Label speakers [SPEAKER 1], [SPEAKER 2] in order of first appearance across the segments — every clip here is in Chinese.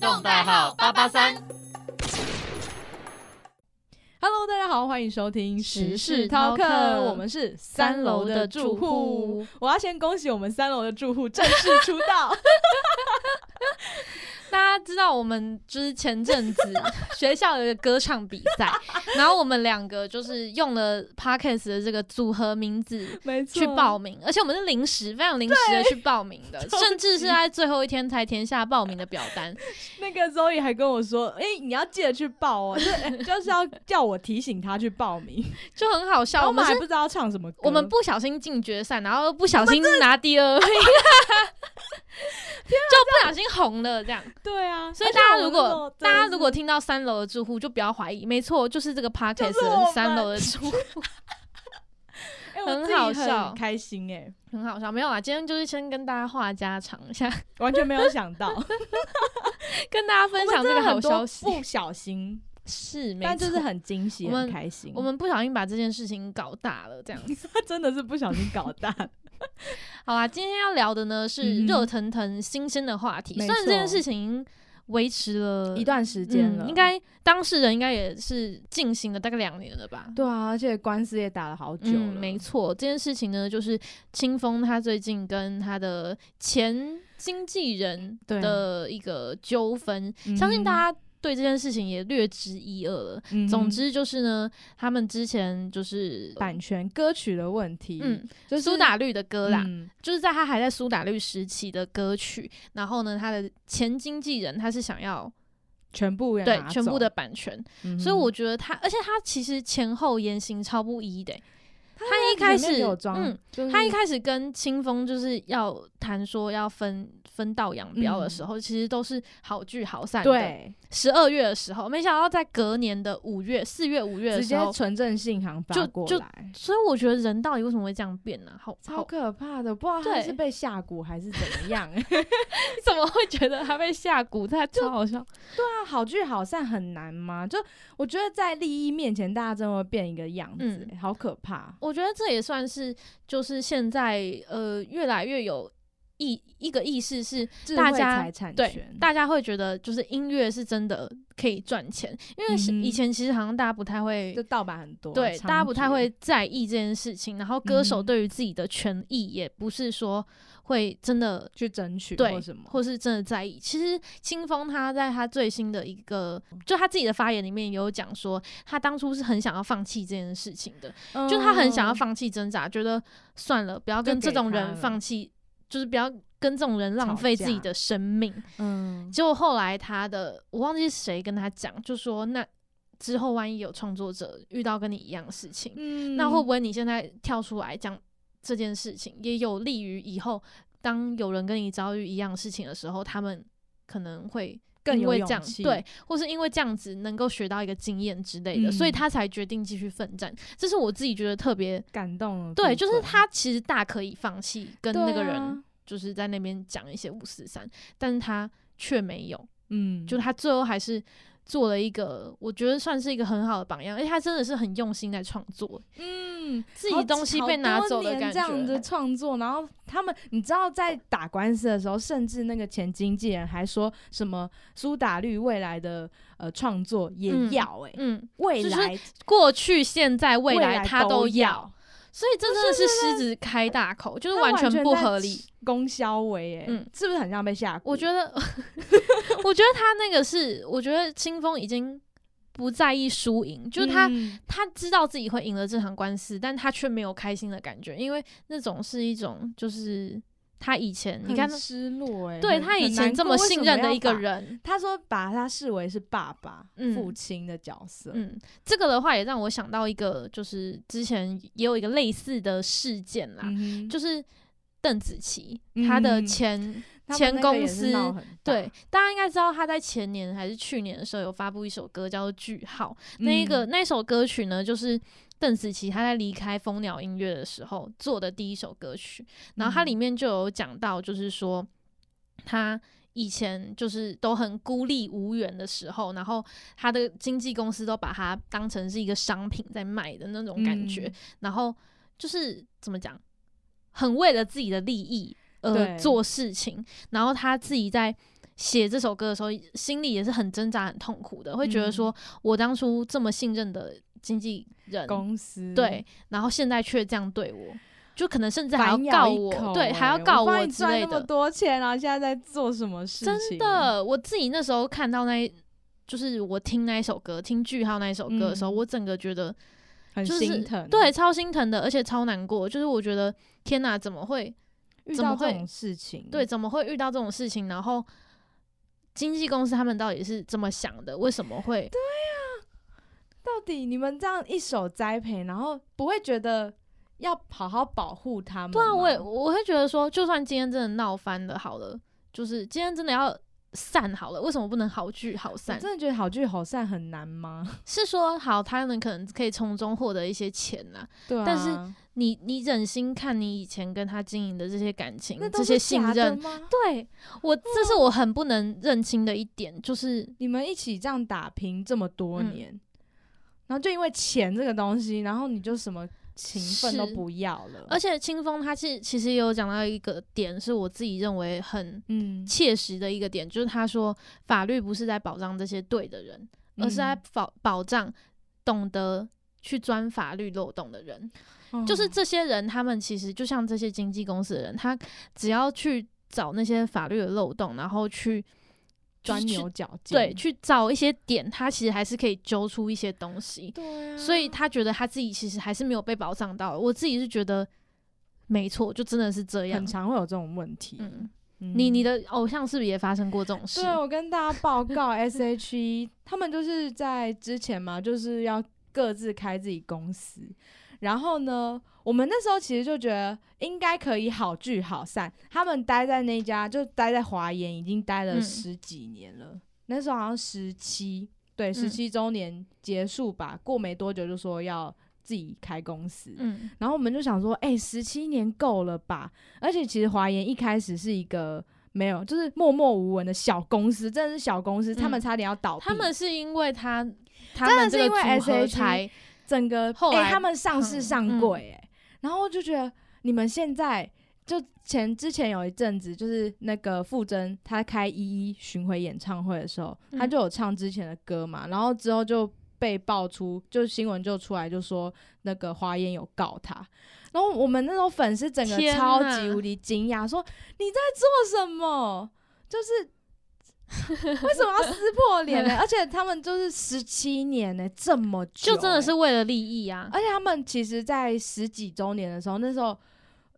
[SPEAKER 1] 动代号八八三。
[SPEAKER 2] Hello，大家好，欢迎收听
[SPEAKER 3] 时
[SPEAKER 2] 事
[SPEAKER 3] 事
[SPEAKER 2] 饕
[SPEAKER 3] 饕
[SPEAKER 2] 客
[SPEAKER 3] 客，
[SPEAKER 2] 我们是三楼的住户。我要先恭喜我们三楼的住户正式出 道，
[SPEAKER 3] 大家知道，我们就是前 阵子学校有一个歌唱比赛，然后我们两个就是用了 Parkes 的这个组合名字
[SPEAKER 2] 没错，
[SPEAKER 3] 去报名，而且我们是临时、非常临时的去报名的，
[SPEAKER 2] 超
[SPEAKER 3] 甚至是在最后一天才填下报名的表单。
[SPEAKER 2] 那个 Zoe 还跟我说，哎、你要记得去报 哦，就、哎就是要叫我提醒他去报名。
[SPEAKER 3] 就很好
[SPEAKER 2] 然
[SPEAKER 3] 笑。
[SPEAKER 2] 后
[SPEAKER 3] 我
[SPEAKER 2] 我们
[SPEAKER 3] 们
[SPEAKER 2] 还
[SPEAKER 3] 是
[SPEAKER 2] 不知道要唱什么歌，
[SPEAKER 3] 我们不小心进决赛，然后又不小心拿第 二名，就
[SPEAKER 2] 啊
[SPEAKER 3] 不小心红了这样。
[SPEAKER 2] 对啊，
[SPEAKER 3] 所以
[SPEAKER 2] 而且
[SPEAKER 3] 大家
[SPEAKER 2] 我
[SPEAKER 3] 如
[SPEAKER 2] 那时候
[SPEAKER 3] 果
[SPEAKER 2] 真的
[SPEAKER 3] 大家如果
[SPEAKER 2] 是
[SPEAKER 3] 听到三楼的住户，就不要怀疑，没错，就是这个 podcast
[SPEAKER 2] 就是我们
[SPEAKER 3] 的三楼的住户，
[SPEAKER 2] 哎我
[SPEAKER 3] 很
[SPEAKER 2] 自己
[SPEAKER 3] 好笑
[SPEAKER 2] 开心哎、
[SPEAKER 3] 很好笑。没有啦，今天就是先跟大家话家常一下，
[SPEAKER 2] 完全没有想到
[SPEAKER 3] 跟大家 分享这个好消息
[SPEAKER 2] 我。们真的很多不小心，
[SPEAKER 3] 是，没
[SPEAKER 2] 但就是
[SPEAKER 3] 错
[SPEAKER 2] 很惊喜，
[SPEAKER 3] 我们
[SPEAKER 2] 很开心。
[SPEAKER 3] 我们不小心把这件事情搞大了，这样 子。
[SPEAKER 2] 他 真的是不小心搞 大，
[SPEAKER 3] 好啦，今天要聊的呢
[SPEAKER 2] 嗯
[SPEAKER 3] 是热腾腾、新鲜的话题，
[SPEAKER 2] 没
[SPEAKER 3] 虽然这
[SPEAKER 2] 错
[SPEAKER 3] 件事情已经维持了
[SPEAKER 2] 一段时
[SPEAKER 3] 时
[SPEAKER 2] 间了，
[SPEAKER 3] 应该当事人应该也是进行了大概两年了吧。
[SPEAKER 2] 对啊，而且官司也打了好久了，
[SPEAKER 3] 嗯，没错，这件事情呢，就是清风他最近跟他的前经纪人
[SPEAKER 2] 对
[SPEAKER 3] 的一个纠纷，
[SPEAKER 2] 嗯
[SPEAKER 3] 相信大家对这件事情也略知一二了。
[SPEAKER 2] 嗯
[SPEAKER 3] 总之就是呢，他们之前就是
[SPEAKER 2] 版权歌曲的问题，
[SPEAKER 3] 嗯，
[SPEAKER 2] 就是
[SPEAKER 3] 苏打绿的歌啦，
[SPEAKER 2] 嗯
[SPEAKER 3] 就是在他还在苏打绿时期的歌曲。然后呢，他的前经纪人他是想要
[SPEAKER 2] 全部也
[SPEAKER 3] 对
[SPEAKER 2] 拿
[SPEAKER 3] 全部
[SPEAKER 2] 走
[SPEAKER 3] 的，版权，
[SPEAKER 2] 嗯
[SPEAKER 3] 所以我觉得他，而且他其实前后言行超不一的欸、他一
[SPEAKER 2] 前面
[SPEAKER 3] 开始
[SPEAKER 2] 有装，
[SPEAKER 3] 嗯，
[SPEAKER 2] 就是
[SPEAKER 3] 他一开始跟清风就是要谈说要分分道扬镳的时候，其实都是好聚好散的。
[SPEAKER 2] 嗯对
[SPEAKER 3] 十二月的时候，没想到在隔年的五月、四月、五月的
[SPEAKER 2] 直
[SPEAKER 3] 时
[SPEAKER 2] 接
[SPEAKER 3] 候，
[SPEAKER 2] 纯正信行发
[SPEAKER 3] 就
[SPEAKER 2] 过
[SPEAKER 3] 就
[SPEAKER 2] 来，
[SPEAKER 3] 所以我觉得人到底为什么会这样变呢、好
[SPEAKER 2] 超
[SPEAKER 3] 好，
[SPEAKER 2] 可怕的，不知道他
[SPEAKER 3] 对
[SPEAKER 2] 是被下蛊还是怎么样。欸
[SPEAKER 3] 你怎么会觉得他被下蛊？他超好笑。
[SPEAKER 2] 那好聚好散很难吗？就我觉得在利益面前，大家真的会变一个样子、
[SPEAKER 3] 嗯
[SPEAKER 2] 欸好可怕。
[SPEAKER 3] 我觉得这也算是就是现在呃越来越有意一个意识是
[SPEAKER 2] 智慧
[SPEAKER 3] 大家
[SPEAKER 2] 财产
[SPEAKER 3] 对
[SPEAKER 2] 权，，
[SPEAKER 3] 大家会觉得就是音乐是真的可以赚钱，因为是
[SPEAKER 2] 嗯哼
[SPEAKER 3] 以前其实好像大家不太会
[SPEAKER 2] 就盗版很多，啊
[SPEAKER 3] 对，
[SPEAKER 2] 猖
[SPEAKER 3] 大家不太
[SPEAKER 2] 獗
[SPEAKER 3] 会在意这件事情，然后歌
[SPEAKER 2] 嗯
[SPEAKER 3] 手
[SPEAKER 2] 哼
[SPEAKER 3] 对于自己的权益也不是说会真的
[SPEAKER 2] 去争取
[SPEAKER 3] 对
[SPEAKER 2] 或什么，
[SPEAKER 3] 或是真的在意。其实清风他在他最新的一个，就他自己的发言里面也有讲说，他当初是很想要放弃这件事情的，就他很想要
[SPEAKER 2] 嗯
[SPEAKER 3] 放弃挣扎，觉得算了，不要跟
[SPEAKER 2] 就
[SPEAKER 3] 这
[SPEAKER 2] 给
[SPEAKER 3] 种
[SPEAKER 2] 他
[SPEAKER 3] 人
[SPEAKER 2] 了
[SPEAKER 3] 放弃，就是不要跟这种人
[SPEAKER 2] 吵
[SPEAKER 3] 浪费自己
[SPEAKER 2] 架
[SPEAKER 3] 的生命。
[SPEAKER 2] 嗯，
[SPEAKER 3] 结果后来他的我忘记是谁跟他讲，就说那之后万一有创作者遇到跟你一样的事情，
[SPEAKER 2] 嗯
[SPEAKER 3] 那会不会你现在跳出来讲这件事情，也有利于以后当有人跟你遭遇一样的事情的时候，他们可能会
[SPEAKER 2] 更
[SPEAKER 3] 因
[SPEAKER 2] 有
[SPEAKER 3] 为
[SPEAKER 2] 勇
[SPEAKER 3] 这样
[SPEAKER 2] 气
[SPEAKER 3] 对，或是因为这样子能够学到一个经验之类的，所以
[SPEAKER 2] 嗯
[SPEAKER 3] 他才决定继续奋战。这是我自己觉得特别。
[SPEAKER 2] 感动了？
[SPEAKER 3] 对，就是他其实大可以放弃跟
[SPEAKER 2] 对
[SPEAKER 3] 那个人
[SPEAKER 2] 啊，
[SPEAKER 3] 就是在那边讲一些五四三，但是他却没有，
[SPEAKER 2] 嗯，
[SPEAKER 3] 就他最后还是做了一个，我觉得算是一个很好的榜样，而且他真的是很用心在创作，
[SPEAKER 2] 嗯，
[SPEAKER 3] 自己东西被拿走的感
[SPEAKER 2] 好多年这样子
[SPEAKER 3] 觉。
[SPEAKER 2] 创作，然后他们，你知道在打官司的时候，甚至那个前经纪人还说什么苏打绿未来的呃创作也
[SPEAKER 3] 嗯
[SPEAKER 2] 要哎、欸
[SPEAKER 3] 嗯，
[SPEAKER 2] 未
[SPEAKER 3] 就是
[SPEAKER 2] 来
[SPEAKER 3] 过去、现在、未来他
[SPEAKER 2] 都
[SPEAKER 3] 都要，，所以这真的是狮子开大口，就是
[SPEAKER 2] 他
[SPEAKER 3] 完全不
[SPEAKER 2] 在
[SPEAKER 3] 合理。
[SPEAKER 2] 供销为哎、
[SPEAKER 3] 嗯
[SPEAKER 2] 是不是很像被吓唬？
[SPEAKER 3] 我觉得， 我觉得他那个是，我觉得清风已经不在意输赢，就是他、
[SPEAKER 2] 嗯
[SPEAKER 3] 他知道自己会赢了这场官司，但他却没有开心的感觉，因为那种是一种就是他以前你
[SPEAKER 2] 很
[SPEAKER 3] 看他
[SPEAKER 2] 失落哎、
[SPEAKER 3] 对
[SPEAKER 2] 很
[SPEAKER 3] 他以
[SPEAKER 2] 很难
[SPEAKER 3] 前这
[SPEAKER 2] 过
[SPEAKER 3] 么
[SPEAKER 2] 为
[SPEAKER 3] 信
[SPEAKER 2] 什
[SPEAKER 3] 任的
[SPEAKER 2] 要
[SPEAKER 3] 一个
[SPEAKER 2] 把
[SPEAKER 3] 人，
[SPEAKER 2] 他说把他视为是爸爸、
[SPEAKER 3] 嗯
[SPEAKER 2] 父亲的角色。
[SPEAKER 3] 嗯，这个的话也让我想到一个，就是之前也有一个类似的事件啦，
[SPEAKER 2] 嗯哼，
[SPEAKER 3] 就是邓紫棋她的
[SPEAKER 2] 嗯
[SPEAKER 3] 前、
[SPEAKER 2] 他们
[SPEAKER 3] 前
[SPEAKER 2] 那个
[SPEAKER 3] 公
[SPEAKER 2] 也是闹
[SPEAKER 3] 司
[SPEAKER 2] 很大
[SPEAKER 3] 对，大家应该知道，她在前年还是去年的时候有发布一首歌叫做《句号》，那一个、
[SPEAKER 2] 嗯
[SPEAKER 3] 那首歌曲呢，就是邓紫棋她在离开蜂鸟音乐的时候做的第一首歌曲，然后它
[SPEAKER 2] 嗯
[SPEAKER 3] 里面就有讲到，就是说她以前就是都很孤立无援的时候，然后她的经纪公司都把它当成是一个商品在卖的那种感觉，
[SPEAKER 2] 嗯
[SPEAKER 3] 然后就是怎么讲，很为了自己的利益
[SPEAKER 2] 对
[SPEAKER 3] 而做事情，然后他自己在写这首歌的时候，心里也是很挣扎、很痛苦的，会觉
[SPEAKER 2] 嗯
[SPEAKER 3] 得说我当初这么信任的经纪人，
[SPEAKER 2] 公司
[SPEAKER 3] 对，然后现在却这样对我，就可能甚至还要
[SPEAKER 2] 反咬
[SPEAKER 3] 告
[SPEAKER 2] 一
[SPEAKER 3] 我，
[SPEAKER 2] 口
[SPEAKER 3] 对，
[SPEAKER 2] 欸
[SPEAKER 3] 还要告
[SPEAKER 2] 我帮你
[SPEAKER 3] 之
[SPEAKER 2] 赚
[SPEAKER 3] 类
[SPEAKER 2] 那么
[SPEAKER 3] 的。
[SPEAKER 2] 多钱，然啊后现在在做什么事情？
[SPEAKER 3] 真，的，我自己那时候看到那一，就是我听那一首歌，听句号那一首歌的时候，
[SPEAKER 2] 嗯
[SPEAKER 3] 我整个觉得
[SPEAKER 2] 很
[SPEAKER 3] 就是
[SPEAKER 2] 心疼。
[SPEAKER 3] 对，，超心疼的，而且超难过。就是我觉得天哪，怎么会
[SPEAKER 2] 遇
[SPEAKER 3] 怎
[SPEAKER 2] 到
[SPEAKER 3] 么
[SPEAKER 2] 这
[SPEAKER 3] 会
[SPEAKER 2] 种事情，
[SPEAKER 3] 对？，怎么会遇到这种事情？然后经纪公司他们到底是怎么想的？为什么会？
[SPEAKER 2] 到底你们这样一手栽培，然后不会觉得要好好保护他们吗？
[SPEAKER 3] 对啊，我也我会觉得说，就算今天真的闹翻了，好了，就是今天真的要散好了，为什么不能好聚好
[SPEAKER 2] 我
[SPEAKER 3] 散？
[SPEAKER 2] 真的觉得好聚好散很难吗？
[SPEAKER 3] 是说好，他们可能可以从中获得一些钱呐、
[SPEAKER 2] 对啊，
[SPEAKER 3] 但是你你忍心看你以前跟他经营的这些感情
[SPEAKER 2] 那、都是
[SPEAKER 3] 这些信
[SPEAKER 2] 假的
[SPEAKER 3] 任，
[SPEAKER 2] 吗？
[SPEAKER 3] 对我这是我很不能认清的一点，就是
[SPEAKER 2] 你们一起这样打拼这么多
[SPEAKER 3] 嗯
[SPEAKER 2] 年，然后就因为钱这个东西，然后你就什么情分都
[SPEAKER 3] 是
[SPEAKER 2] 不要了，
[SPEAKER 3] 而且清风他是其实也有讲到一个点，是我自己认为很
[SPEAKER 2] 嗯，
[SPEAKER 3] 切实的一个点，就是他说法律不是在保障这些对的人，而是在
[SPEAKER 2] 嗯
[SPEAKER 3] 保保障懂得去钻法律漏洞的人。就是
[SPEAKER 2] 哦
[SPEAKER 3] 这些人，他们其实就像这些经纪公司的人，他只要去找那些法律的漏洞，然后去
[SPEAKER 2] 钻。
[SPEAKER 3] 就是
[SPEAKER 2] 牛
[SPEAKER 3] 去
[SPEAKER 2] 角尖，
[SPEAKER 3] 对，去找一些点，他其实还是可以揪出一些东西，
[SPEAKER 2] 对啊，
[SPEAKER 3] 所以他觉得他自己其实还是没有被保障到。我自己是觉得，没错，就真的是这样
[SPEAKER 2] 很。常会有这种问题。
[SPEAKER 3] 嗯，
[SPEAKER 2] 嗯
[SPEAKER 3] 你你的偶像是不是也发生过这种事？
[SPEAKER 2] 对啊我跟大家报告 ，S.H.E 他们就是在之前嘛，就是要各自开自己公司。然后呢，我们那时候其实就觉得应该可以好聚好散。他们待在那家就待在华研，已经待了
[SPEAKER 3] 嗯
[SPEAKER 2] 十几年了。那时候好像十七，对，
[SPEAKER 3] 嗯
[SPEAKER 2] 十七周年结束吧。过没多久就说要自己开公司，
[SPEAKER 3] 嗯
[SPEAKER 2] 然后我们就想说，哎、十七年够了吧？而且其实华研一开始是一个没有，就是默默无闻的小公司，真的是小公司，
[SPEAKER 3] 嗯
[SPEAKER 2] 他们差点要倒闭。
[SPEAKER 3] 他们是因为他他
[SPEAKER 2] 真的
[SPEAKER 3] 们
[SPEAKER 2] 是
[SPEAKER 3] 这个
[SPEAKER 2] 因为 E
[SPEAKER 3] 组合
[SPEAKER 2] SHE
[SPEAKER 3] 才
[SPEAKER 2] 整个
[SPEAKER 3] 后来
[SPEAKER 2] 哎、他们上市
[SPEAKER 3] 嗯
[SPEAKER 2] 上柜哎、然后我就觉得你们现在就前之前有一阵子，就是那个傅征他开一一巡回演唱会的时候，
[SPEAKER 3] 嗯
[SPEAKER 2] 他就有唱之前的歌嘛，然后之后就。被爆出，就新闻就出来，就说那个华研有告他，然后我们那种粉丝整个
[SPEAKER 3] 天
[SPEAKER 2] 超
[SPEAKER 3] 哪
[SPEAKER 2] 级无敌惊讶，说你在做什么？就是 为什么要撕破脸呢？而且他们就是十七年呢、这么久、
[SPEAKER 3] 就真的是为了利益啊。
[SPEAKER 2] 而且他们其实，在十几周年的时候，那时候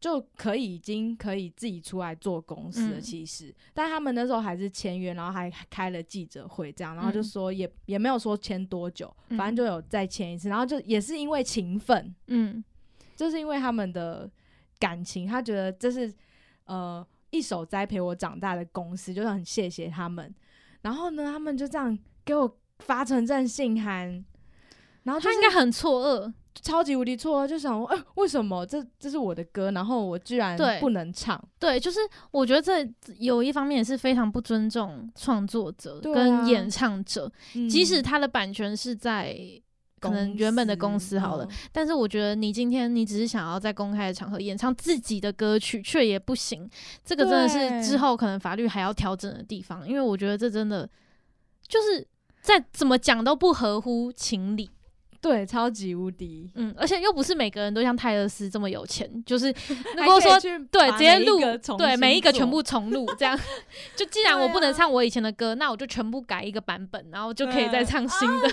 [SPEAKER 2] 就可以已经可以自己出来做公司了。
[SPEAKER 3] 嗯
[SPEAKER 2] 其实，但他们那时候还是签约，然后还开了记者会，这样，然后就
[SPEAKER 3] 嗯
[SPEAKER 2] 说也、也没有说签多久，
[SPEAKER 3] 嗯
[SPEAKER 2] 反正就有再签一次。然后就也是因为情分，
[SPEAKER 3] 嗯，
[SPEAKER 2] 就是因为他们的感情，他觉得这是呃一手栽培我长大的公司，就是很谢谢他们。然后呢，他们就这样给我发存证信函，然后、就
[SPEAKER 3] 他
[SPEAKER 2] 是、
[SPEAKER 3] 应该很错愕，
[SPEAKER 2] 超级无敌错愕，就想说，哎、为什么这这是我的歌，然后我居然
[SPEAKER 3] 对
[SPEAKER 2] 不能唱？
[SPEAKER 3] 对，就是我觉得这有一方面也是非常不尊重创作者
[SPEAKER 2] 对啊
[SPEAKER 3] 跟演唱者，
[SPEAKER 2] 嗯
[SPEAKER 3] 即使他的版权是在。可能原本的公司好了，但是我觉得你今天你只是想要在公开的场合演唱自己的歌曲，却也不行，这个真的
[SPEAKER 2] 对
[SPEAKER 3] 是之后可能法律还要调整的地方，因为我觉得这真的就是再怎么讲都不合乎情理。
[SPEAKER 2] 嗯对，超级无敌。
[SPEAKER 3] 嗯，而且又不是每个人都像泰勒斯这么有钱，就是如
[SPEAKER 2] 还
[SPEAKER 3] 果
[SPEAKER 2] 可以
[SPEAKER 3] 说
[SPEAKER 2] 去
[SPEAKER 3] 对
[SPEAKER 2] 把
[SPEAKER 3] 直接
[SPEAKER 2] 每一
[SPEAKER 3] 录
[SPEAKER 2] 个重
[SPEAKER 3] 对
[SPEAKER 2] 新
[SPEAKER 3] 每一个全
[SPEAKER 2] 做
[SPEAKER 3] 部重录，这样就既然
[SPEAKER 2] 对
[SPEAKER 3] 我不能
[SPEAKER 2] 啊
[SPEAKER 3] 唱我以前的歌，那我就全部改一个版本，然后就可以再
[SPEAKER 2] 对啊
[SPEAKER 3] 唱新的。他 真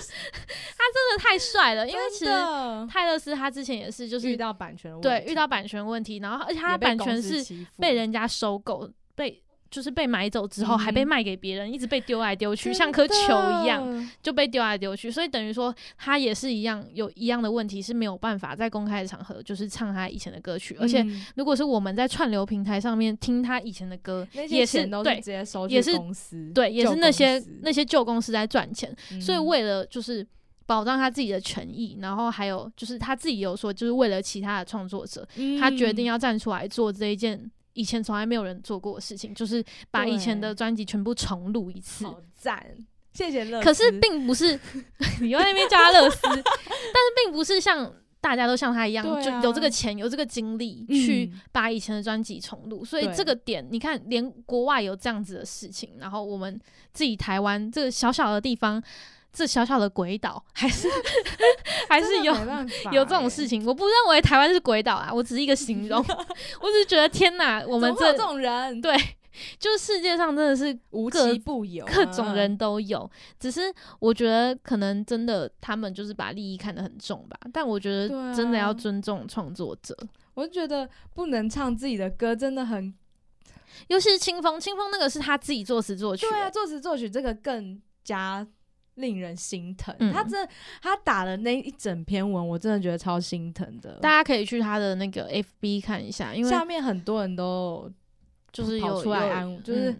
[SPEAKER 3] 的太帅了，因为其实
[SPEAKER 2] 真的
[SPEAKER 3] 泰勒斯他之前也是就
[SPEAKER 2] 遇
[SPEAKER 3] 是
[SPEAKER 2] 到版权的问
[SPEAKER 3] 对
[SPEAKER 2] 题
[SPEAKER 3] 遇到版权问题，然后而且他
[SPEAKER 2] 哦也
[SPEAKER 3] 的
[SPEAKER 2] 被
[SPEAKER 3] 版
[SPEAKER 2] 公
[SPEAKER 3] 权
[SPEAKER 2] 司
[SPEAKER 3] 是
[SPEAKER 2] 欺负
[SPEAKER 3] 被人家收购被。就是被买走之后，还被
[SPEAKER 2] 嗯
[SPEAKER 3] 卖给别人，一直被丢来丢去，
[SPEAKER 2] 真
[SPEAKER 3] 像颗球一样。
[SPEAKER 2] 的
[SPEAKER 3] 就被丢来丢去，所以等于说他也是一样有一样的问题，是没有办法在公开的场合就是唱他以前的歌曲，而且
[SPEAKER 2] 嗯
[SPEAKER 3] 如果是我们在串流平台上面听他以前的歌，
[SPEAKER 2] 那些
[SPEAKER 3] 也是
[SPEAKER 2] 钱都是直
[SPEAKER 3] 对
[SPEAKER 2] 接收
[SPEAKER 3] 也
[SPEAKER 2] 去
[SPEAKER 3] 是
[SPEAKER 2] 公司，
[SPEAKER 3] 对，也
[SPEAKER 2] 旧
[SPEAKER 3] 是那些
[SPEAKER 2] 公司
[SPEAKER 3] 那些旧公司在赚钱，所以
[SPEAKER 2] 嗯
[SPEAKER 3] 为了就是。保障他自己的权益，然后还有就是他自己有说，就是为了其他的创作者，他决定
[SPEAKER 2] 嗯
[SPEAKER 3] 要站出来做这一件以前从来没有人做过的事情，就是把以前的
[SPEAKER 2] 对
[SPEAKER 3] 专辑全部重录一次。
[SPEAKER 2] 好赞，谢谢乐思。
[SPEAKER 3] 可是并不是，你又在那边叫他乐思，但是并不是像大家都像他一样，
[SPEAKER 2] 对啊
[SPEAKER 3] 就有这个钱，有这个精力去
[SPEAKER 2] 嗯
[SPEAKER 3] 把以前的专辑重录。所以
[SPEAKER 2] 对
[SPEAKER 3] 这个点，你看，连国外有这样子的事情，然后我们自己台湾这个小小的地方，这小小的鬼岛，还是 还是
[SPEAKER 2] 真的
[SPEAKER 3] 有
[SPEAKER 2] 没办法
[SPEAKER 3] 有这种
[SPEAKER 2] 欸
[SPEAKER 3] 事，情。我不认为台湾是鬼岛啊，我只是一个 形容，我只是觉得天哪，我
[SPEAKER 2] 我
[SPEAKER 3] 们
[SPEAKER 2] 这
[SPEAKER 3] 这
[SPEAKER 2] 这种人
[SPEAKER 3] 对就是世界上真的是
[SPEAKER 2] 无
[SPEAKER 3] 各
[SPEAKER 2] 奇不有、
[SPEAKER 3] 各种，人都有，只是我觉得可能真的他们就是把利益看得很重吧。但我
[SPEAKER 2] 对
[SPEAKER 3] 觉得
[SPEAKER 2] 啊
[SPEAKER 3] 真的要尊重创作者，
[SPEAKER 2] 我就觉得不能唱自己的歌真的很
[SPEAKER 3] 尤其是清风，清风那个是他自己作词作曲、
[SPEAKER 2] 对啊，作词作曲这个更加令人心疼。
[SPEAKER 3] 嗯
[SPEAKER 2] 他真的他打了那一整篇文，我真的觉得超心疼的。
[SPEAKER 3] 大家可以去他的那个 FB 看一下，因
[SPEAKER 2] 下
[SPEAKER 3] 为
[SPEAKER 2] 面很多人都
[SPEAKER 3] 就是有
[SPEAKER 2] 跑出来
[SPEAKER 3] 有
[SPEAKER 2] 安，慰，就是
[SPEAKER 3] 嗯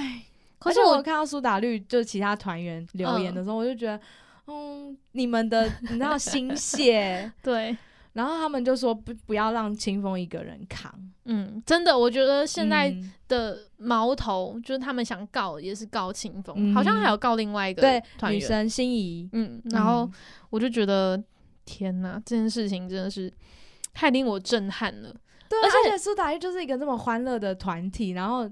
[SPEAKER 2] 哎、
[SPEAKER 3] 可是
[SPEAKER 2] 而且
[SPEAKER 3] 我
[SPEAKER 2] 看到苏打绿就其他团员留言的时候，我就觉得，嗯，你们的你知道心 血，
[SPEAKER 3] 对，
[SPEAKER 2] 然后他们就说不不要让清风一个人扛。
[SPEAKER 3] 嗯，真的，我觉得现在
[SPEAKER 2] 嗯
[SPEAKER 3] 的矛头就是他们想告也是告清风，
[SPEAKER 2] 嗯
[SPEAKER 3] 好像还有告另外一个
[SPEAKER 2] 对
[SPEAKER 3] 团
[SPEAKER 2] 女
[SPEAKER 3] 员，
[SPEAKER 2] 生心仪，
[SPEAKER 3] 嗯，然后。我就觉得天哪，这件事情真的是太令我震撼了。
[SPEAKER 2] 对，
[SPEAKER 3] 而
[SPEAKER 2] 而
[SPEAKER 3] 且
[SPEAKER 2] 且苏打绿就是一个这么欢乐的团体，然后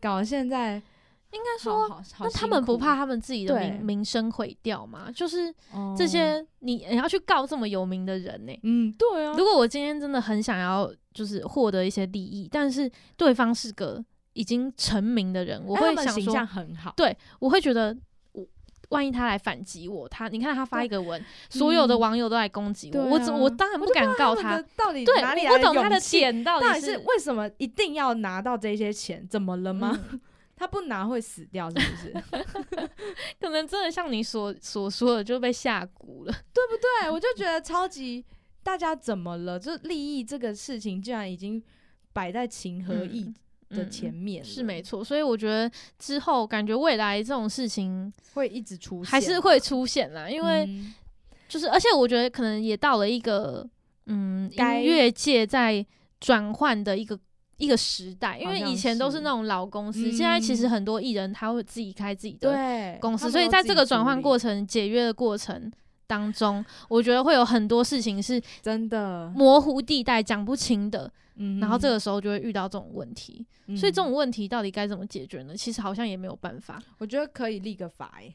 [SPEAKER 2] 搞得现在
[SPEAKER 3] 应该
[SPEAKER 2] 好
[SPEAKER 3] 说，
[SPEAKER 2] 好好
[SPEAKER 3] 那他们
[SPEAKER 2] 辛苦
[SPEAKER 3] 不怕他们自己的
[SPEAKER 2] 对
[SPEAKER 3] 名名声毁掉吗？就是
[SPEAKER 2] 哦
[SPEAKER 3] 这些，你你要去告这么有名的人呢、
[SPEAKER 2] 嗯，对啊
[SPEAKER 3] 如，果我今天真的很想要，就是获得一些利益，但是对方是个已经成名的人，我
[SPEAKER 2] 哎他
[SPEAKER 3] 会
[SPEAKER 2] 们
[SPEAKER 3] 想
[SPEAKER 2] 形象
[SPEAKER 3] 说，
[SPEAKER 2] 很好，
[SPEAKER 3] 对我会觉得我。万一他来反击我，他你看他发一个文，所有的
[SPEAKER 2] 嗯
[SPEAKER 3] 网友都来攻击我，
[SPEAKER 2] 对
[SPEAKER 3] 我怎
[SPEAKER 2] 啊
[SPEAKER 3] 我当然不
[SPEAKER 2] 我就
[SPEAKER 3] 敢告
[SPEAKER 2] 他们
[SPEAKER 3] 他
[SPEAKER 2] 的，到底
[SPEAKER 3] 对，
[SPEAKER 2] 哪里
[SPEAKER 3] 我
[SPEAKER 2] 来
[SPEAKER 3] 不懂他的
[SPEAKER 2] 勇气
[SPEAKER 3] 点到
[SPEAKER 2] 到
[SPEAKER 3] 底
[SPEAKER 2] 底是为什么一定要拿到这些钱？怎么了吗？
[SPEAKER 3] 嗯
[SPEAKER 2] 他不拿会死掉是不 是？
[SPEAKER 3] 可能真的像你所所说的，就被下蛊了。
[SPEAKER 2] 对，我就觉得超级大家怎么了？就是利益这个事情，竟然已经摆在情和义 的前
[SPEAKER 3] 嗯
[SPEAKER 2] 面了、
[SPEAKER 3] 是没错，所以我觉得之后感觉未来这种事情
[SPEAKER 2] 会一直出现，
[SPEAKER 3] 还是会出现啦，因为
[SPEAKER 2] 嗯
[SPEAKER 3] 就是而且我觉得可能也到了一个嗯
[SPEAKER 2] 该
[SPEAKER 3] 音乐界在转换的一个。一个时代，因为
[SPEAKER 2] 好像
[SPEAKER 3] 以前都是
[SPEAKER 2] 是
[SPEAKER 3] 那种老公司，
[SPEAKER 2] 嗯
[SPEAKER 3] 现在其实很多艺人他会自己开自己的
[SPEAKER 2] 对
[SPEAKER 3] 公
[SPEAKER 2] 他
[SPEAKER 3] 司，
[SPEAKER 2] 们
[SPEAKER 3] 所以
[SPEAKER 2] 都
[SPEAKER 3] 在
[SPEAKER 2] 自
[SPEAKER 3] 这
[SPEAKER 2] 己
[SPEAKER 3] 个转
[SPEAKER 2] 处
[SPEAKER 3] 换
[SPEAKER 2] 理
[SPEAKER 3] 过程、解约的过程当中，我觉得会有很多事情
[SPEAKER 2] 嗯
[SPEAKER 3] 是
[SPEAKER 2] 真的，
[SPEAKER 3] 模糊地带、讲不清的。
[SPEAKER 2] 嗯
[SPEAKER 3] 然后这个时候就会遇到这种问题，
[SPEAKER 2] 嗯
[SPEAKER 3] 所以这种问题到底该怎么解决呢？其实好像也没有办法，
[SPEAKER 2] 我觉得可以立个法哎、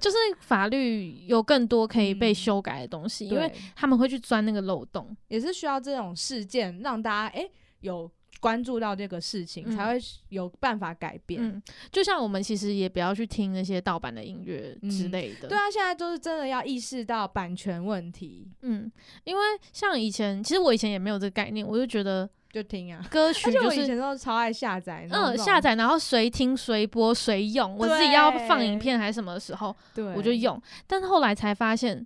[SPEAKER 3] 就是法律有更多可以被
[SPEAKER 2] 嗯
[SPEAKER 3] 修改的东西，因为
[SPEAKER 2] 对
[SPEAKER 3] 他们会去钻那个漏洞。
[SPEAKER 2] 也是需要这种事件让大家哎、诶有关注到这个事情，
[SPEAKER 3] 嗯
[SPEAKER 2] 才会有办法改变。
[SPEAKER 3] 嗯，就像我们其实也不要去听那些盗版的音乐之
[SPEAKER 2] 嗯
[SPEAKER 3] 类的。
[SPEAKER 2] 对啊，现在就是真的要意识到版权问题，
[SPEAKER 3] 嗯，因为像以前，其实我以前也没有这个概念，我就觉得
[SPEAKER 2] 就听啊。
[SPEAKER 3] 歌曲
[SPEAKER 2] 而且
[SPEAKER 3] 就
[SPEAKER 2] 我以
[SPEAKER 3] 是。
[SPEAKER 2] 前都超爱下载，
[SPEAKER 3] 嗯，下，载然后随听随播随用，我自己要放影
[SPEAKER 2] 对
[SPEAKER 3] 片还是什么的时候，
[SPEAKER 2] 对，
[SPEAKER 3] 我就用。但是后来才发现，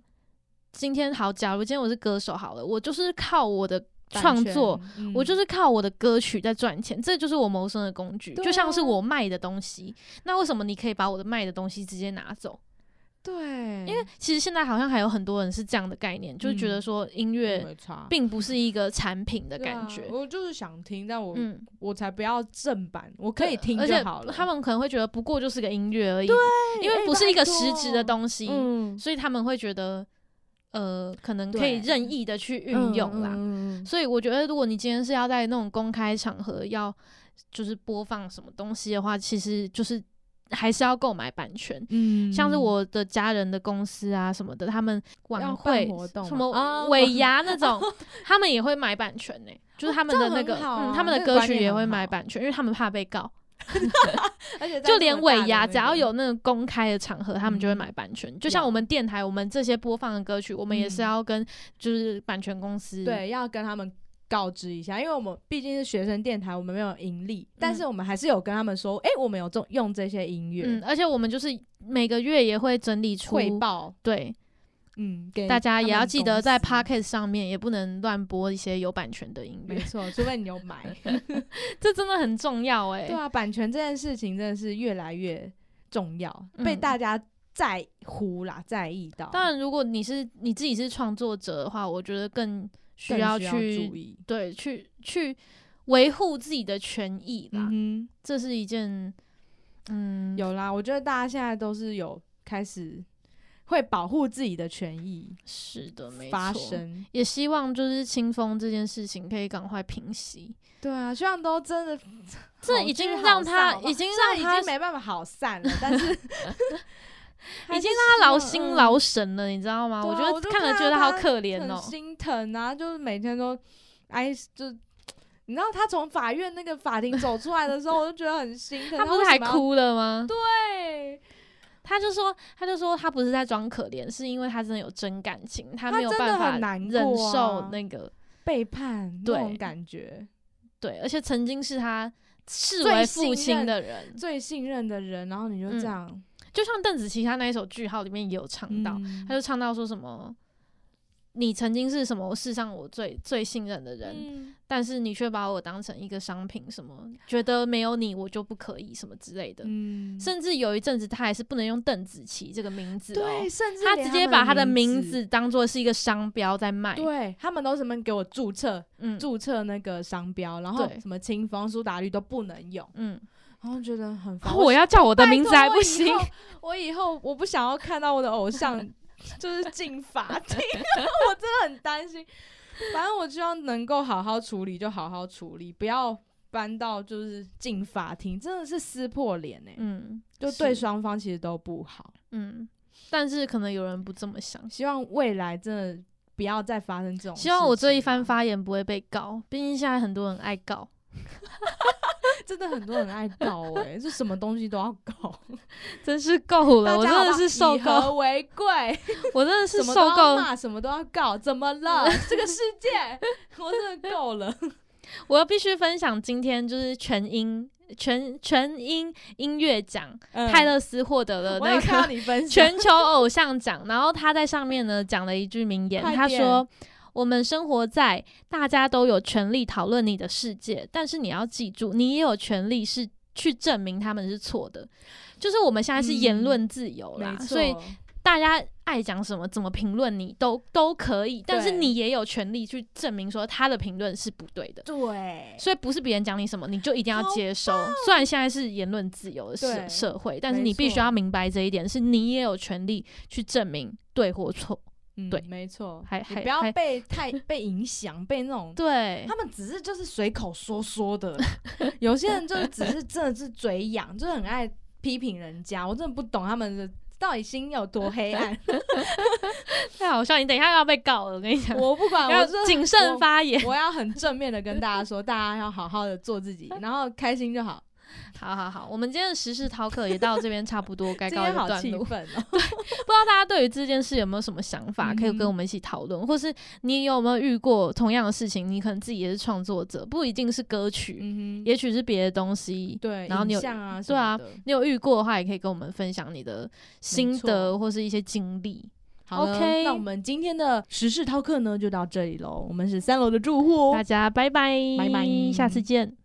[SPEAKER 3] 今天好，假如今天我是歌手好了，我就是靠我的
[SPEAKER 2] 版
[SPEAKER 3] 创
[SPEAKER 2] 权
[SPEAKER 3] 作，，
[SPEAKER 2] 嗯
[SPEAKER 3] 我就是靠我的歌曲在赚钱，这就是我谋生的工具，
[SPEAKER 2] 对
[SPEAKER 3] 就像是
[SPEAKER 2] 啊
[SPEAKER 3] 我卖的东西。那为什么你可以把我的卖的东西直接拿走？
[SPEAKER 2] 对，
[SPEAKER 3] 因为其实现在好像还有很多人是这样的概念，就是觉得
[SPEAKER 2] 嗯
[SPEAKER 3] 说音
[SPEAKER 2] 对
[SPEAKER 3] 乐并不是一个产品的
[SPEAKER 2] 的
[SPEAKER 3] 感觉。
[SPEAKER 2] 啊我就是想听，但我、
[SPEAKER 3] 嗯，
[SPEAKER 2] 我才不要正版，我可以
[SPEAKER 3] 对
[SPEAKER 2] 听
[SPEAKER 3] 而
[SPEAKER 2] 就
[SPEAKER 3] 且
[SPEAKER 2] 好了。
[SPEAKER 3] 他们可能会觉得不过就是个音乐而已，
[SPEAKER 2] 对
[SPEAKER 3] 因为
[SPEAKER 2] 哎
[SPEAKER 3] 不是一个
[SPEAKER 2] 拜
[SPEAKER 3] 实质的
[SPEAKER 2] 托
[SPEAKER 3] 东西。
[SPEAKER 2] 嗯，
[SPEAKER 3] 所以他们会觉得，呃，可能可以
[SPEAKER 2] 对
[SPEAKER 3] 任意的去运用啦。
[SPEAKER 2] 嗯嗯嗯嗯
[SPEAKER 3] 所以我觉得，如果你今天是要在那种公开场合要就是播放什么东西的话，其实就是还是要购买版权。
[SPEAKER 2] 嗯
[SPEAKER 3] 像是我的家人的公司啊什么的，他们晚
[SPEAKER 2] 要
[SPEAKER 3] 会
[SPEAKER 2] 办活动
[SPEAKER 3] 什
[SPEAKER 2] 吗
[SPEAKER 3] 么
[SPEAKER 2] 啊
[SPEAKER 3] 尾牙那种，他们也会买版权呢、就是
[SPEAKER 2] 哦
[SPEAKER 3] 他们的
[SPEAKER 2] 这
[SPEAKER 3] 那
[SPEAKER 2] 很
[SPEAKER 3] 个，
[SPEAKER 2] 好
[SPEAKER 3] 嗯，
[SPEAKER 2] 啊
[SPEAKER 3] 他们的
[SPEAKER 2] 这个
[SPEAKER 3] 歌
[SPEAKER 2] 观
[SPEAKER 3] 曲
[SPEAKER 2] 念
[SPEAKER 3] 也
[SPEAKER 2] 很
[SPEAKER 3] 会买
[SPEAKER 2] 好
[SPEAKER 3] 版权，因为他们怕被告。
[SPEAKER 2] 而且在
[SPEAKER 3] 就
[SPEAKER 2] 这
[SPEAKER 3] 连
[SPEAKER 2] 么大
[SPEAKER 3] 尾
[SPEAKER 2] 的
[SPEAKER 3] 牙，
[SPEAKER 2] 那
[SPEAKER 3] 只要
[SPEAKER 2] 个嗯
[SPEAKER 3] 有那种公开的场合，他们就会买版权。就像我们电台，我们这些播放的歌曲，我们也是
[SPEAKER 2] 嗯
[SPEAKER 3] 要跟就是版权公司。，
[SPEAKER 2] 对，要跟他们告知一下，因为我们毕竟是学生电台，我们没有盈利，但是我们还是有跟他们说，哎、我们有用用这些音乐、
[SPEAKER 3] 嗯嗯，而且我们就是每个月也会整理出
[SPEAKER 2] 汇报，
[SPEAKER 3] 对，
[SPEAKER 2] 嗯，给
[SPEAKER 3] 大
[SPEAKER 2] 他
[SPEAKER 3] 家也要
[SPEAKER 2] 们
[SPEAKER 3] 记
[SPEAKER 2] 公
[SPEAKER 3] 得在
[SPEAKER 2] 司
[SPEAKER 3] p o c k e t 上面也不能乱播一些有版权的音
[SPEAKER 2] 没
[SPEAKER 3] 乐，
[SPEAKER 2] 错，除非你有买。
[SPEAKER 3] 这真的很重要哎、
[SPEAKER 2] 对啊，版权这件事情真的是越来越重要，被
[SPEAKER 3] 嗯
[SPEAKER 2] 大家在乎啦，在意到，
[SPEAKER 3] 当然，如果你是你自己是创作者的话，我觉得更需
[SPEAKER 2] 更
[SPEAKER 3] 要
[SPEAKER 2] 需
[SPEAKER 3] 去
[SPEAKER 2] 要注意。
[SPEAKER 3] 对去去维护自己的权益啦。
[SPEAKER 2] 嗯
[SPEAKER 3] 这是一件嗯
[SPEAKER 2] 哼，有啦，我觉得大家现在都是有开始会保护自己的权益
[SPEAKER 3] 是的，没
[SPEAKER 2] 发
[SPEAKER 3] 错。
[SPEAKER 2] 生。
[SPEAKER 3] 也希望就是清风这件事情可以赶快平息，
[SPEAKER 2] 对啊，希望都真的，
[SPEAKER 3] 这
[SPEAKER 2] 好
[SPEAKER 3] 已
[SPEAKER 2] 聚
[SPEAKER 3] 经
[SPEAKER 2] 好
[SPEAKER 3] 让
[SPEAKER 2] 散
[SPEAKER 3] 他
[SPEAKER 2] 好不好
[SPEAKER 3] 已经
[SPEAKER 2] 虽然
[SPEAKER 3] 让他
[SPEAKER 2] 已经没办法好散了，但 是
[SPEAKER 3] 已
[SPEAKER 2] 还
[SPEAKER 3] 经
[SPEAKER 2] 是
[SPEAKER 3] 让他劳
[SPEAKER 2] 希望
[SPEAKER 3] 心
[SPEAKER 2] 嗯
[SPEAKER 3] 劳神了，你知道吗？
[SPEAKER 2] 对啊
[SPEAKER 3] 觉得
[SPEAKER 2] 我就
[SPEAKER 3] 看了
[SPEAKER 2] 看到
[SPEAKER 3] 觉得好
[SPEAKER 2] 他
[SPEAKER 3] 可怜哦
[SPEAKER 2] 很。心疼啊，就是每天都哎，就你知道他从法院那个法庭走出来的时候，我就觉得很心疼。
[SPEAKER 3] 他不
[SPEAKER 2] 为
[SPEAKER 3] 是
[SPEAKER 2] 什
[SPEAKER 3] 还
[SPEAKER 2] 么要？
[SPEAKER 3] 哭了吗？
[SPEAKER 2] 对，
[SPEAKER 3] 他就说，他就说他不是在装可怜，是因为他真的有真感情，他没有
[SPEAKER 2] 真的
[SPEAKER 3] 办法
[SPEAKER 2] 很难
[SPEAKER 3] 忍
[SPEAKER 2] 过
[SPEAKER 3] 受
[SPEAKER 2] 啊
[SPEAKER 3] 那个
[SPEAKER 2] 背叛那种
[SPEAKER 3] 对
[SPEAKER 2] 感觉，
[SPEAKER 3] 对，而且曾经是他视
[SPEAKER 2] 最
[SPEAKER 3] 为父
[SPEAKER 2] 信
[SPEAKER 3] 亲
[SPEAKER 2] 任
[SPEAKER 3] 的人，
[SPEAKER 2] 最信任的人，然后你就
[SPEAKER 3] 嗯
[SPEAKER 2] 这样
[SPEAKER 3] 就像邓紫棋她那一首《句号》里面也有唱到，
[SPEAKER 2] 嗯
[SPEAKER 3] 她就唱到说什么。你曾经是什么世上我最最信任的人，
[SPEAKER 2] 嗯
[SPEAKER 3] 但是你却把我当成一个商品，什么觉得没有你我就不可以，什么之类的。
[SPEAKER 2] 嗯
[SPEAKER 3] 甚至有一阵子，他还是不能用邓紫棋这个名字、哦，
[SPEAKER 2] 对，甚至
[SPEAKER 3] 他
[SPEAKER 2] 连
[SPEAKER 3] 直接把他
[SPEAKER 2] 他
[SPEAKER 3] 的
[SPEAKER 2] 们
[SPEAKER 3] 名
[SPEAKER 2] 字，
[SPEAKER 3] 字当做是一个商标在卖。
[SPEAKER 2] 对他们都什么给我注册
[SPEAKER 3] 嗯
[SPEAKER 2] 注册那个商标，然后
[SPEAKER 3] 对
[SPEAKER 2] 什么清风苏打绿都不能用，
[SPEAKER 3] 嗯，
[SPEAKER 2] 然后觉得很烦。
[SPEAKER 3] 哦我要叫我的名字还不行
[SPEAKER 2] 拜，托我以后，我 以后我不想要看到我的偶 像就是进法庭，我真的很担心。反正我希望能够好好处理，就好好处理，不要搬到就是进法庭，真的是撕破脸哎、
[SPEAKER 3] 嗯
[SPEAKER 2] 就对
[SPEAKER 3] 是
[SPEAKER 2] 双方其实都不好。
[SPEAKER 3] 嗯，但是可能有人不这么想。
[SPEAKER 2] 希望未来真的不要再发生这种事情啊。
[SPEAKER 3] 希望我这一番发言不会被告，毕竟现在很多人爱 告，
[SPEAKER 2] 真的很多人爱告哎、欸，就 什么东西都要告，
[SPEAKER 3] 真是够了，
[SPEAKER 2] 大
[SPEAKER 3] 我
[SPEAKER 2] 家好不
[SPEAKER 3] 真的
[SPEAKER 2] 好
[SPEAKER 3] 是受
[SPEAKER 2] 以和
[SPEAKER 3] 够，
[SPEAKER 2] 为贵。
[SPEAKER 3] 我真 的是
[SPEAKER 2] 什么
[SPEAKER 3] 受
[SPEAKER 2] 都要
[SPEAKER 3] 够，
[SPEAKER 2] 骂，什么都要告，怎么 了？这个世界， 我真的够了。
[SPEAKER 3] 我要必须分享今天就是全英全全英音乐奖，泰勒斯获得了
[SPEAKER 2] 嗯我
[SPEAKER 3] 那
[SPEAKER 2] 有看到
[SPEAKER 3] 个
[SPEAKER 2] 你 分享，
[SPEAKER 3] 全球偶像奖，然后他在上面呢讲了一句名言，
[SPEAKER 2] 快
[SPEAKER 3] 他
[SPEAKER 2] 点
[SPEAKER 3] 说。我们生活在大家都有权利讨论你的世界，但是你要记住，你也有权利是去证明他们是错的。就是我们现在是言
[SPEAKER 2] 嗯
[SPEAKER 3] 论自由啦
[SPEAKER 2] 没，错，
[SPEAKER 3] 所以大家爱讲什么、怎么评论你都都可以，但是
[SPEAKER 2] 对
[SPEAKER 3] 你也有权利去证明说他的评论是不对的。
[SPEAKER 2] 对，
[SPEAKER 3] 所以不是别人讲你什么，你就一定要
[SPEAKER 2] 好
[SPEAKER 3] 接收。虽然现在是言论自由的社
[SPEAKER 2] 对
[SPEAKER 3] 社会，但是
[SPEAKER 2] 没
[SPEAKER 3] 你必须
[SPEAKER 2] 错
[SPEAKER 3] 要明白这一点，是你也有权利去证明对或错。
[SPEAKER 2] 嗯
[SPEAKER 3] 对
[SPEAKER 2] 没错，
[SPEAKER 3] 还
[SPEAKER 2] 你
[SPEAKER 3] 还
[SPEAKER 2] 不要
[SPEAKER 3] 还
[SPEAKER 2] 被太被影响，被那种。
[SPEAKER 3] 对
[SPEAKER 2] 他，们只是就是随口说说 的，有些人就是只是真的是嘴痒，就是很爱批评人家。我真的不懂他们的到底心有多黑暗。
[SPEAKER 3] 太好啊笑！你等一下要被告了，我跟 你讲，
[SPEAKER 2] 我不管，
[SPEAKER 3] 要
[SPEAKER 2] 啊我就是
[SPEAKER 3] 谨慎发言。
[SPEAKER 2] 我要很正面的跟大家说，大家要好好的做自己，然后开心就好。
[SPEAKER 3] 好好好，我们今天的时事饕客也到这边差不多，该
[SPEAKER 2] 今
[SPEAKER 3] 告一
[SPEAKER 2] 天
[SPEAKER 3] 个
[SPEAKER 2] 好
[SPEAKER 3] 段
[SPEAKER 2] 气
[SPEAKER 3] 落。
[SPEAKER 2] 愤哦！
[SPEAKER 3] 不知道大家对于这件事有没有什么想法，可以
[SPEAKER 2] 嗯
[SPEAKER 3] 跟我们一起讨论，或是你有没有遇过同样的事情？你可能自己也是创作者，不一定是歌曲，
[SPEAKER 2] 嗯哼，
[SPEAKER 3] 也许是别的东西。
[SPEAKER 2] 对，
[SPEAKER 3] 然后你有
[SPEAKER 2] 影像啊，
[SPEAKER 3] 对啊，你有遇过的话，也可以跟我们分享你的心得或是一些经历。
[SPEAKER 2] 好的
[SPEAKER 3] OK
[SPEAKER 2] 那我们今天的时事饕客呢就到这里喽。我们是三楼的住户哦，
[SPEAKER 3] 大家拜拜，
[SPEAKER 2] 拜拜
[SPEAKER 3] 下次见。